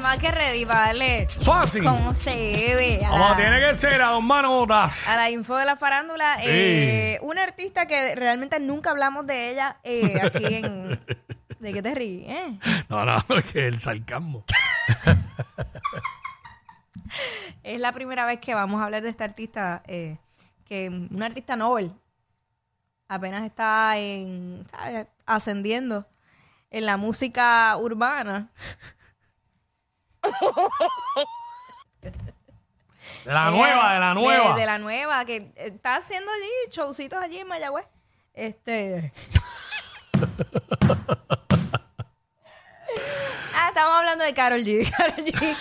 Más que ready, vale. Suazi. ¿Cómo se debe? A Como la, tiene que ser, a dos manotas. a la info de la farándula. Eh, una artista que realmente nunca hablamos de ella eh, aquí en. ¿De qué te ríes? eh? No, no, porque el sarcasmo. Es la primera vez que vamos a hablar de esta artista, eh, que una artista Nobel apenas está en, ¿sabes? ascendiendo en la música urbana. De la Ella- nueva, de la nueva. Eh, De, de la nueva, que está haciendo allí showcitos allí en Mayagüez. Este. ah, estamos hablando de Carol G. Karol G.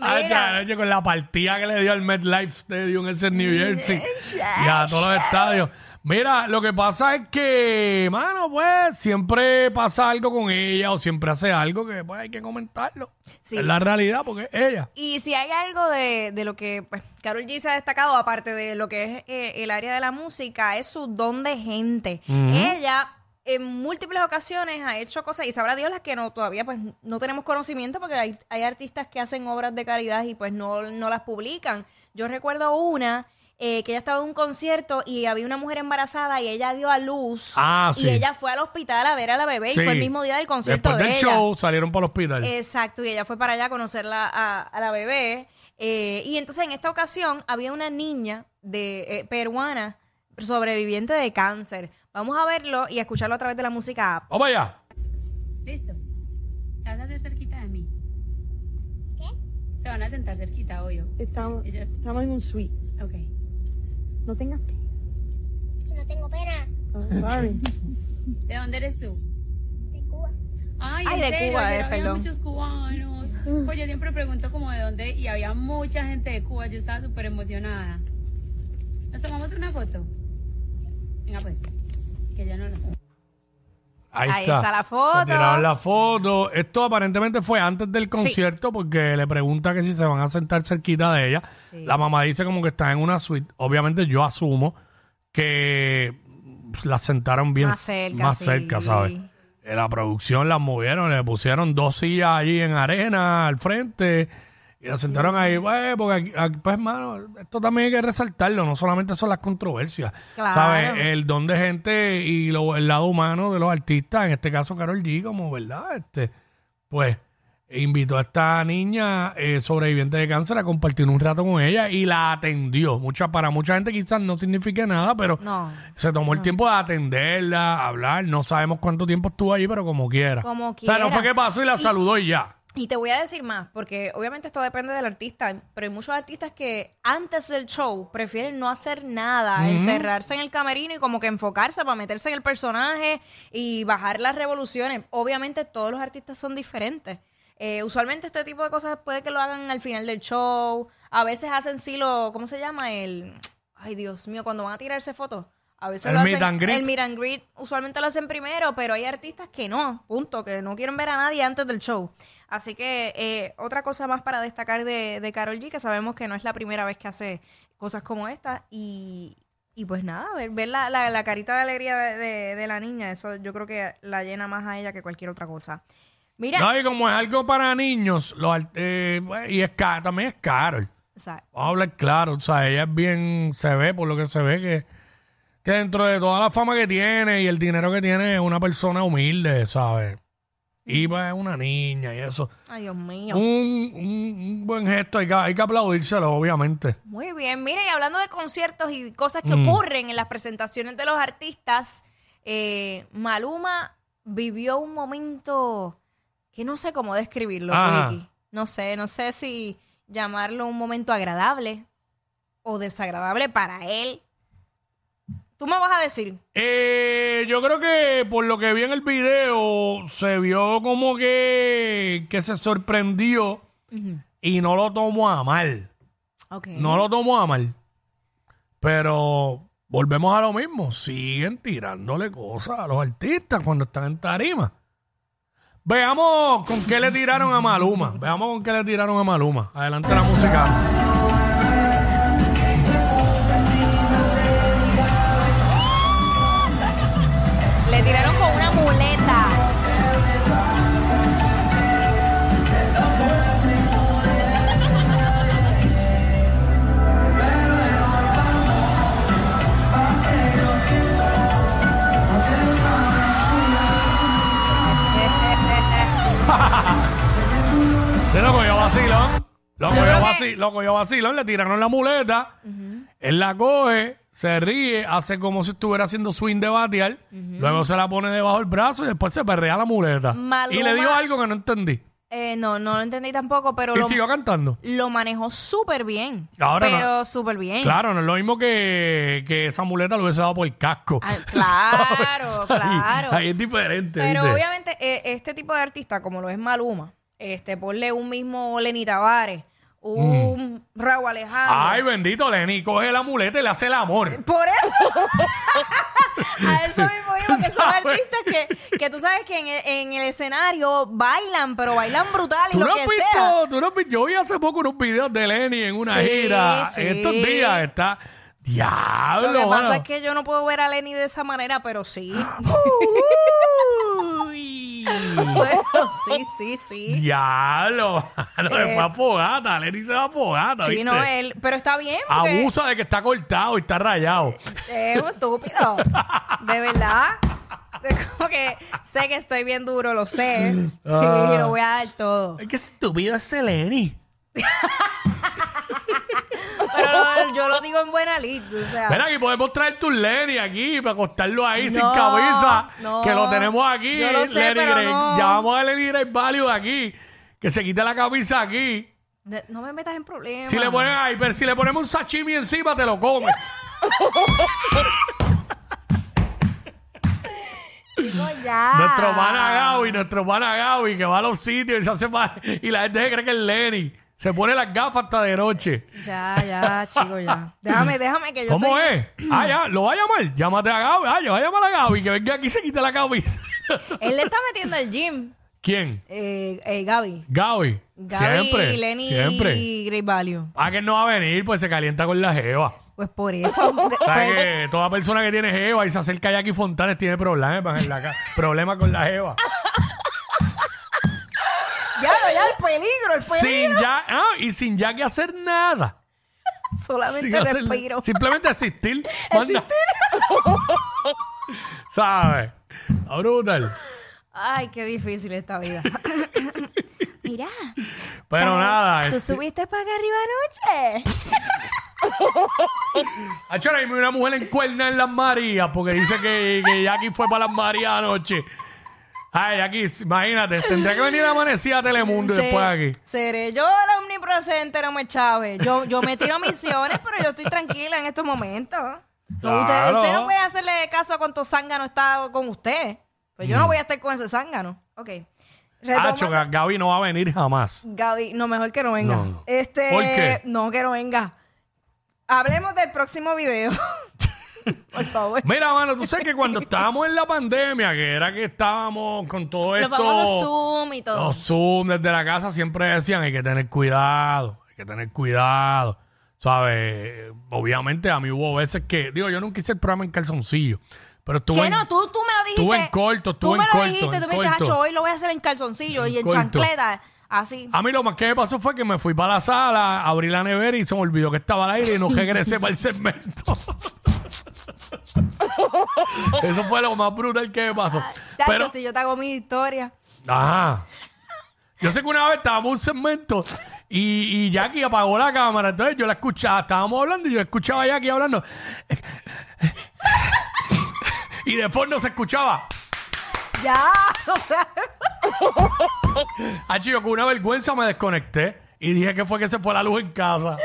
Ay, Mira. Ah, ya, oye, con la partida que le dio al MetLife Stadium ese en New Jersey y a todos los estadios. Mira, lo que pasa es que, mano, pues siempre pasa algo con ella o siempre hace algo que pues hay que comentarlo. Sí. Es la realidad porque es ella. Y si hay algo de, de lo que pues, Carol G se ha destacado, aparte de lo que es eh, el área de la música, es su don de gente. Ella en múltiples ocasiones ha hecho cosas y sabrá Dios las que no todavía pues no tenemos conocimiento porque hay, hay artistas que hacen obras de caridad y pues no, no las publican. Yo recuerdo una eh, que ella estaba en un concierto y había una mujer embarazada y ella dio a luz Ah, y sí. ella fue al hospital a ver a la bebé Sí. y fue el mismo día del concierto Después de del ella. Eh, show salieron para el hospital. Exacto, y ella fue para allá a conocerla a, a la bebé. eh, y entonces en esta ocasión había una niña de eh, peruana sobreviviente de cáncer. Vamos a verlo y a escucharlo a través de la música app. Vamos allá. Listo. Hágate cerquita de mí. ¿Qué? Se van a sentar cerquita, obvio. Estamos, Ellas. estamos en un suite. Ok. No tengas pena. No tengo pena. I'm sorry. ¿De dónde eres tú? De Cuba. Ay, Ay, en de serio, Cuba, ayer eh, había perdón. muchos cubanos. Pues yo siempre pregunto como de dónde y había mucha gente de Cuba. Yo estaba súper emocionada. ¿Nos tomamos una foto? Venga, pues. Que ya no lo... Ahí, Ahí está la foto. Se tiraron la foto. Esto aparentemente fue antes del concierto porque le pregunta que si se van a sentar cerquita de ella. La mamá dice como que está en una suite. Obviamente yo asumo que pues, la sentaron bien Más cerca, más sí. cerca, ¿sabes? Eh, La producción la movieron, le pusieron dos sillas allí en arena al frente y la sentaron ahí. Pues, porque aquí- aquí, pues, hermano, esto también hay que resaltarlo. No solamente son las controversias, Claro. ¿sabes? el don de gente y lo- el lado humano de los artistas, en este caso Carol G, como verdad, este, pues invitó a esta niña eh, sobreviviente de cáncer a compartir un rato con ella y la atendió. Mucha, para mucha gente quizás no signifique nada, pero No. se tomó Ah. el tiempo de atenderla, hablar. No sabemos cuánto tiempo estuvo ahí, pero como quiera. Como O sea, no quiera. fue que pasó y la saludó y ya. Y te voy a decir más, porque obviamente esto depende del artista, pero hay muchos artistas que antes del show prefieren no hacer nada, encerrarse en el camerino y como que enfocarse para meterse en el personaje y bajar las revoluciones. Obviamente todos los artistas son diferentes. Eh, usualmente este tipo de cosas puede que lo hagan al final del show. A veces hacen sí lo, ¿cómo se llama? El, ay Dios mío, cuando van a tirarse fotos. A veces El lo hacen- meet and greet. el meet and greet usualmente lo hacen primero, pero hay artistas que no, punto, que no quieren ver a nadie antes del show. Así que eh, otra cosa más para destacar de, de Carol G, que sabemos que no es la primera vez que hace cosas como esta. Y, y pues nada, ver, ver la, la- la carita de alegría de, de- de la niña, eso yo creo que la llena más a ella que cualquier otra cosa. Mira, No, y como es algo para niños, los art- eh, pues, y es ca- también es Carol. o sea, Vamos a hablar claro, o sea, ella es bien, se ve por lo que se ve que, que dentro de toda la fama que tiene y el dinero que tiene es una persona humilde, ¿sabes? Y pues es una niña y eso. ay Dios mío. Un, un- un buen gesto, hay que, hay que aplaudírselo, obviamente. Muy bien, mira, y hablando de conciertos y cosas que Mm. ocurren en las presentaciones de los artistas, eh, Maluma vivió un momento que no sé cómo describirlo, Ajá. Ricky. No sé, no sé si llamarlo un momento agradable o desagradable para él. Tú me vas a decir, Eh, yo creo que por lo que vi en el video, se vio como que, que se sorprendió y no lo tomó a mal. ok, No lo tomó a mal. Pero volvemos a lo mismo. Siguen tirándole cosas a los artistas cuando están en tarima. Veamos con qué le tiraron a Maluma. Veamos con qué le tiraron a Maluma. Adelante la música. le tiraron con una muleta. Se lo cogió vacilón. Lo cogió, creo que- vaci- lo cogió vacilón. Le tiraron la muleta. Él la coge, se ríe, hace como si estuviera haciendo swing de batear. Luego se la pone debajo del brazo y después se perrea la muleta. Y Maluma- le dijo algo que no entendí. Eh, no, no lo entendí tampoco, pero Y lo, siguió cantando. lo manejó súper bien. Ahora no. pero súper bien. Claro, no es lo mismo que, que esa muleta lo hubiese dado por el casco. Ah, ¿Sabes? claro, claro. Ahí, ahí es diferente. Pero ¿viste? obviamente eh, este tipo de artista, como lo es Maluma, este, ponle un mismo Lenny Tavares, un Raúl Alejandro. Mm. Ay, bendito Lenny, coge la muleta y le hace el amor. Por eso. A eso mismo digo, que son ¿Sabes? artistas que, que tú sabes que en el, en el escenario bailan, pero bailan brutal y Tú lo no has que visto, sea. tú no has visto. Yo vi hace poco unos videos de Lenny en una Sí, gira. sí. Estos días está. Diablo, Lo que mano. pasa es que yo no puedo ver a Lenny de esa manera, pero sí. Ah, Uy. Bueno, sí, sí, sí. Diablo, mano, se Eh, fue a fogata. Lenny se va a fogata. Sí, ¿viste? no, él, pero está bien. porque- Abusa de que está cortado y está rayado. Es un estúpido. De verdad. Es Como que sé que estoy bien duro, lo sé. Ah. Y lo voy a dar todo. Es que estúpido es Lenny. Pero lo- yo lo digo en buena lid. O sea, Ven aquí, podemos traer tu Lenny aquí para acostarlo ahí sin No, camisa. no. Que lo tenemos aquí. Yo lo sé, Lenny pero Grey. no. Llamamos a Lenny Grey Value aquí. Que se quite la camisa aquí. de- no me metas en problemas. Si le, ponen, ay, pero si le ponemos un sashimi encima, te lo comes. Digo, ya. Nuestro pana Gaby, nuestro pana Gaby, que va a los sitios y se hace mal. Y la gente se cree que es Lenny. Se pone las gafas hasta de noche. Ya, ya, chico, ya. Déjame, déjame que yo. ¿Cómo estoy- es? Ah, ya, lo va a llamar. Llámate a Gaby. Ah, yo voy a llamar a Gaby, que venga aquí y se quite la camisa. Él le está metiendo el gym, ¿Quién? eh, eh, Gaby. Gaby. Gaby siempre. y Lenny Siempre. y Great Value. Ah, que él no va a venir, pues se calienta con la jeva. Pues por eso. de- O sea, pues- que toda persona que tiene jeva y se acerca a Jackie Fontanes tiene problemas, en la ca- problemas con la jeva. ya, no, ya, el peligro, el peligro. Sin ya, ah, y sin Jackie hacer nada. Sin Solamente hacer- respiro. simplemente asistir. manda. ¿Sabes? Está Brutal. Ay, qué difícil esta vida. Mira. Pero nada. ¿Tú este- subiste para acá arriba anoche? Acho, ahora mismo hay una mujer en cuerna en Las Marías porque dice que, que Jackie fue para Las Marías anoche. Ay, Jackie, imagínate, tendría que venir amanecida a Telemundo y Se- después aquí. Seré yo la omnipresente, no me chave. Yo, yo me tiro misiones, pero yo estoy tranquila en estos momentos. No, usted- Claro. Usted, no puede hacerle caso a cuánto zángano está con usted. Pues yo no voy a estar con ese zángano. Ok. Retomando- Acho, Ga- Mm. Gaby no va a venir jamás. Gaby, no, mejor que no venga. No, no. Este, ¿Por qué? No, que no venga. Hablemos del próximo video. Por favor. Mira, mano, tú sabes que cuando estábamos en la pandemia, que era que estábamos con todo Los esto. famosos Zoom y todo. Los Zoom desde la casa siempre decían hay que tener cuidado, hay que tener cuidado. ¿Sabes? Obviamente a mí hubo veces que, digo, yo nunca hice el programa en calzoncillo, Pero estuvo Que en- no, tú, tú me lo dijiste. estuvo en corto, tú estuvo me en lo corto, dijiste, en tú me dijiste, corto. "Acho, hoy lo voy a hacer en calzoncillo y en corto. chancleta. Así. A mí lo más que me pasó fue que me fui para la sala, abrí la nevera y se me olvidó que estaba al aire y no regresé para el segmento. Eso fue lo más brutal que me pasó. Tacho, Pero, si yo te hago mi historia. ajá. Ah. Yo sé que una vez estábamos en un segmento y, y Jackie apagó la cámara, entonces yo la escuchaba, estábamos hablando y yo escuchaba a Jackie hablando. Y de fondo se escuchaba. Ya, o sea. Ah, chico, con una vergüenza me desconecté y dije que fue que se fue la luz en casa.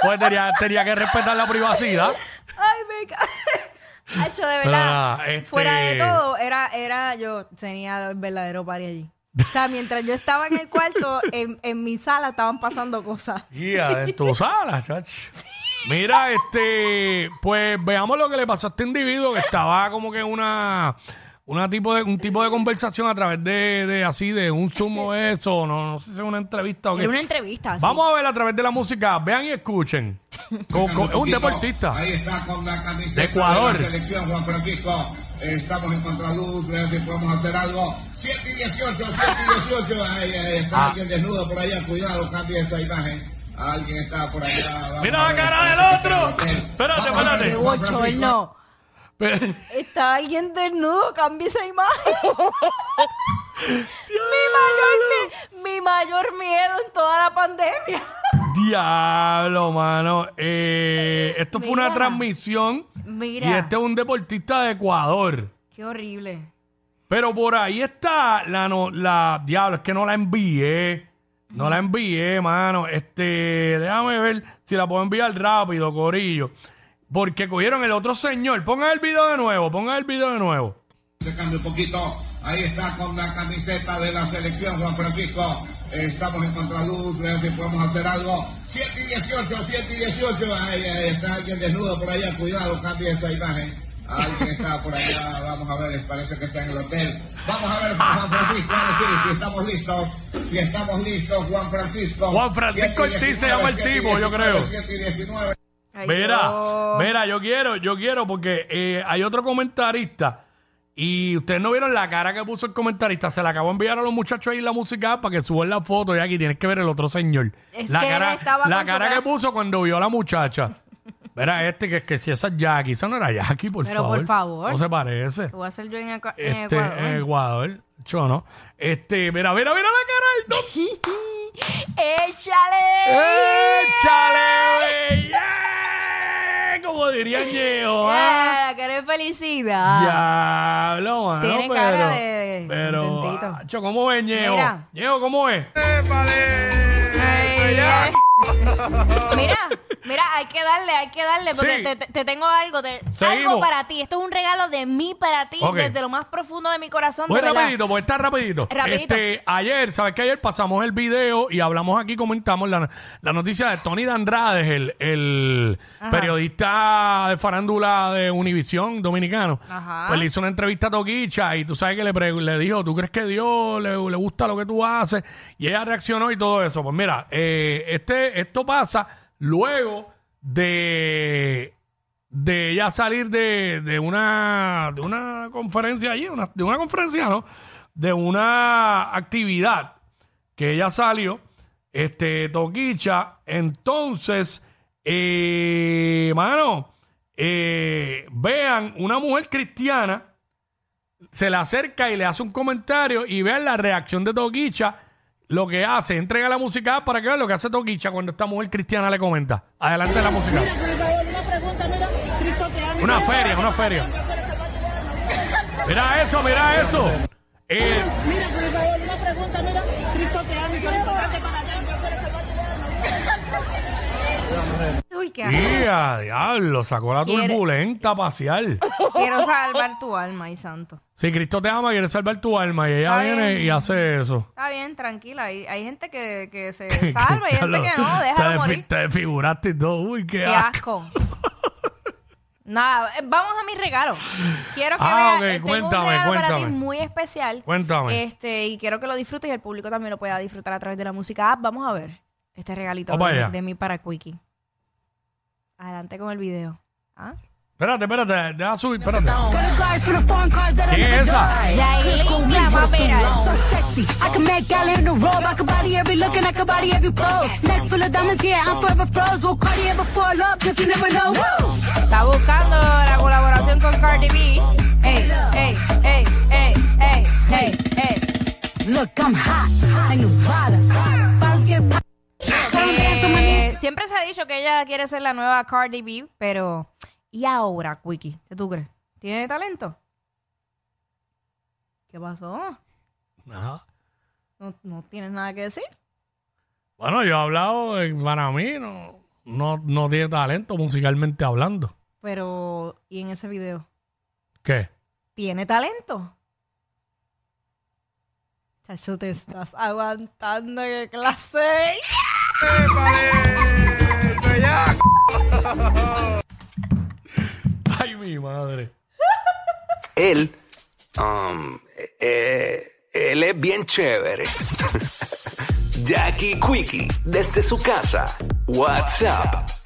Pues tenía, tenía que respetar la privacidad. Ay, me ca- Acho, de Pero verdad. nada, este- Fuera de todo, era, era, yo tenía el verdadero party allí. O sea, mientras yo estaba en el cuarto, en, en mi sala estaban pasando cosas. Y en tu sala, chacho. Mira, este, pues veamos lo que le pasó a este individuo que estaba como que en una, una tipo de, un tipo de conversación a través de, de así, de un sumo eso, no, no sé si es una entrevista o qué. Era una entrevista. sí. Vamos a ver a través de la música, vean y escuchen. Con- con- es un deportista. Ahí está con la camiseta De Ecuador. de la selección, Juan Francisco. Eh, Estamos en contraluz, vean si podemos hacer algo. 7 y 18, 7 y 18. Ahí, ahí está Ah. alguien desnudo por allá. Cuidado, cambie esa imagen. Alguien está por allá. Vamos Mira a la ver. cara del otro. Espérate, Vamos a ver, espérate. Juan Ocho, Francisco. no. Está alguien desnudo, cambia esa imagen. mi, mayor, mi, mi mayor miedo en toda la pandemia. Diablo, mano. Eh, esto fue una Mira. transmisión Mira. y este es un deportista de Ecuador. Qué horrible. Pero por ahí está la, no, la diablo, es que no la envié. No la envié, mano. Este, déjame ver si la puedo enviar rápido, Corillo. Porque cogieron el otro señor. Pongan el video de nuevo, pongan el video de nuevo. Se cambia un poquito. Ahí está con la camiseta de la selección, Juan Francisco. Estamos en contraluz, vean si podemos hacer algo. 7 y 18, 7 y 18. Ahí, ahí está alguien desnudo por allá. Cuidado, cambie esa imagen. Alguien está por allá. Vamos a ver, parece que está en el hotel. Vamos a ver, Juan Francisco, ahora sí, si estamos listos. Si estamos listos, Juan Francisco. Juan Francisco 7 y Ortiz se llama el 19, tipo, yo 7 y creo. 7 y 19. Ay, Mira, Dios. mira, yo quiero, yo quiero, porque eh, hay otro comentarista y ustedes no vieron la cara que puso el comentarista. Se la acabo de enviar a los muchachos ahí en la música para que suban la foto y aquí tienes que ver el otro señor. Es la que él cara, estaba la con su cara que cara- puso cuando vio a la muchacha. Verá este, que, que si esa es Jackie, esa no era Jackie, por Pero, favor. por favor. No se parece. ¿Qué voy a hacer yo en, Ecu- en Este, Ecuador? en Ecuador. Yo no. Este, mira, mira, mira la cara del doctor. Eh, ¡Échale! ¡Échale, güey! ¡Yeah! Como dirían Ñejo, ¿ah? Ah, ¡Querés felicidad! Diablo, mano. Tiene pero, cara de Pero, contentito. acho, ¿cómo es, Ñejo? Mira. Ñejo, ¿cómo es? Ay, ay. mira, mira, hay que darle, hay que darle, porque Sí. te, te- te tengo algo, de, Seguimos. algo para ti. Esto es un regalo de mí para ti, Ok. desde lo más profundo de mi corazón. de Voy verdad. rapidito, voy a estar rapidito. Rapidito. Este, ayer, ¿sabes qué? Ayer pasamos el video y hablamos aquí, comentamos la, la noticia de Tony de Andrade, el, el periodista de farándula de Univisión dominicano. Ajá. Pues le hizo una entrevista a Toquicha y tú sabes que le, pre- le dijo, ¿tú crees que Dios le, le gusta lo que tú haces? Y ella reaccionó y todo eso. Pues mira, eh, este, esto pasa luego de de ella salir de, de una de una conferencia allí, una- de una conferencia, ¿no? De una actividad que ella salió, este, Toquicha. Entonces, eh, mano, eh, vean una mujer cristiana, se le acerca y le hace un comentario y vean la reacción de Toquicha, lo que hace, entrega la música para que vean lo que hace Toquicha cuando esta mujer cristiana le comenta. Adelante la música. Una feria, una feria. Mira eso, mira eso. Eh, Uy, qué asco. ¡Ya, diablo! Sacó la Quiere- turbulenta pasear. Quiero salvar tu alma, ay santo. Si Cristo te ama, quiere salvar tu alma. Y ella Está viene bien. y hace eso. Está bien, tranquila. Hay, hay gente que, que se salva y hay gente que no, te, déjala defi- morir. te desfiguraste y todo. ¡Uy, qué, Qué asco! asco. Nada, eh, vamos a mi regalo. Quiero que Ah, veas, ok, eh, tengo cuéntame, un regalo para cuéntame. ti muy especial. Cuéntame. Este, y quiero que lo disfrutes y el público también lo pueda disfrutar a través de la música. Ah, vamos a ver este regalito Vamos de, allá. de mí para Quickie. Adelante con el video. ¿Ah? Espérate, espérate, deja subir, espérate. Credit cards for the foreign cars that I ¿Quién never es esa? drive. Crisco, Migos, Tulane. So sexy. I can make gala in a robe. I can body every look and I can body every pro. Neck full of diamonds, yeah, I'm forever froze. Will Cartier ever fall up? Cause you never know. Está buscando la colaboración con Cardi B. Ey, ey, ey, ey, ey, ey, ey. Look, I'm hot. I knew Prada. Bottles get pop. Come dance on my knees. Eh, siempre se ha dicho que ella quiere ser la nueva Cardi B, pero ¿y ahora, Quickie? ¿Qué tú crees? ¿Tiene talento? ¿Qué pasó? Ajá. ¿No, no tienes nada que decir? Bueno, yo he hablado, eh, para mí no, no, no tiene talento musicalmente hablando. Pero, ¿y en ese video? ¿Qué? ¿Tiene talento? Chacho, te estás aguantando, qué clase. Ay, mi madre. Él, um, eh, él es bien chévere. Jackie Quickie, desde su casa. WhatsApp,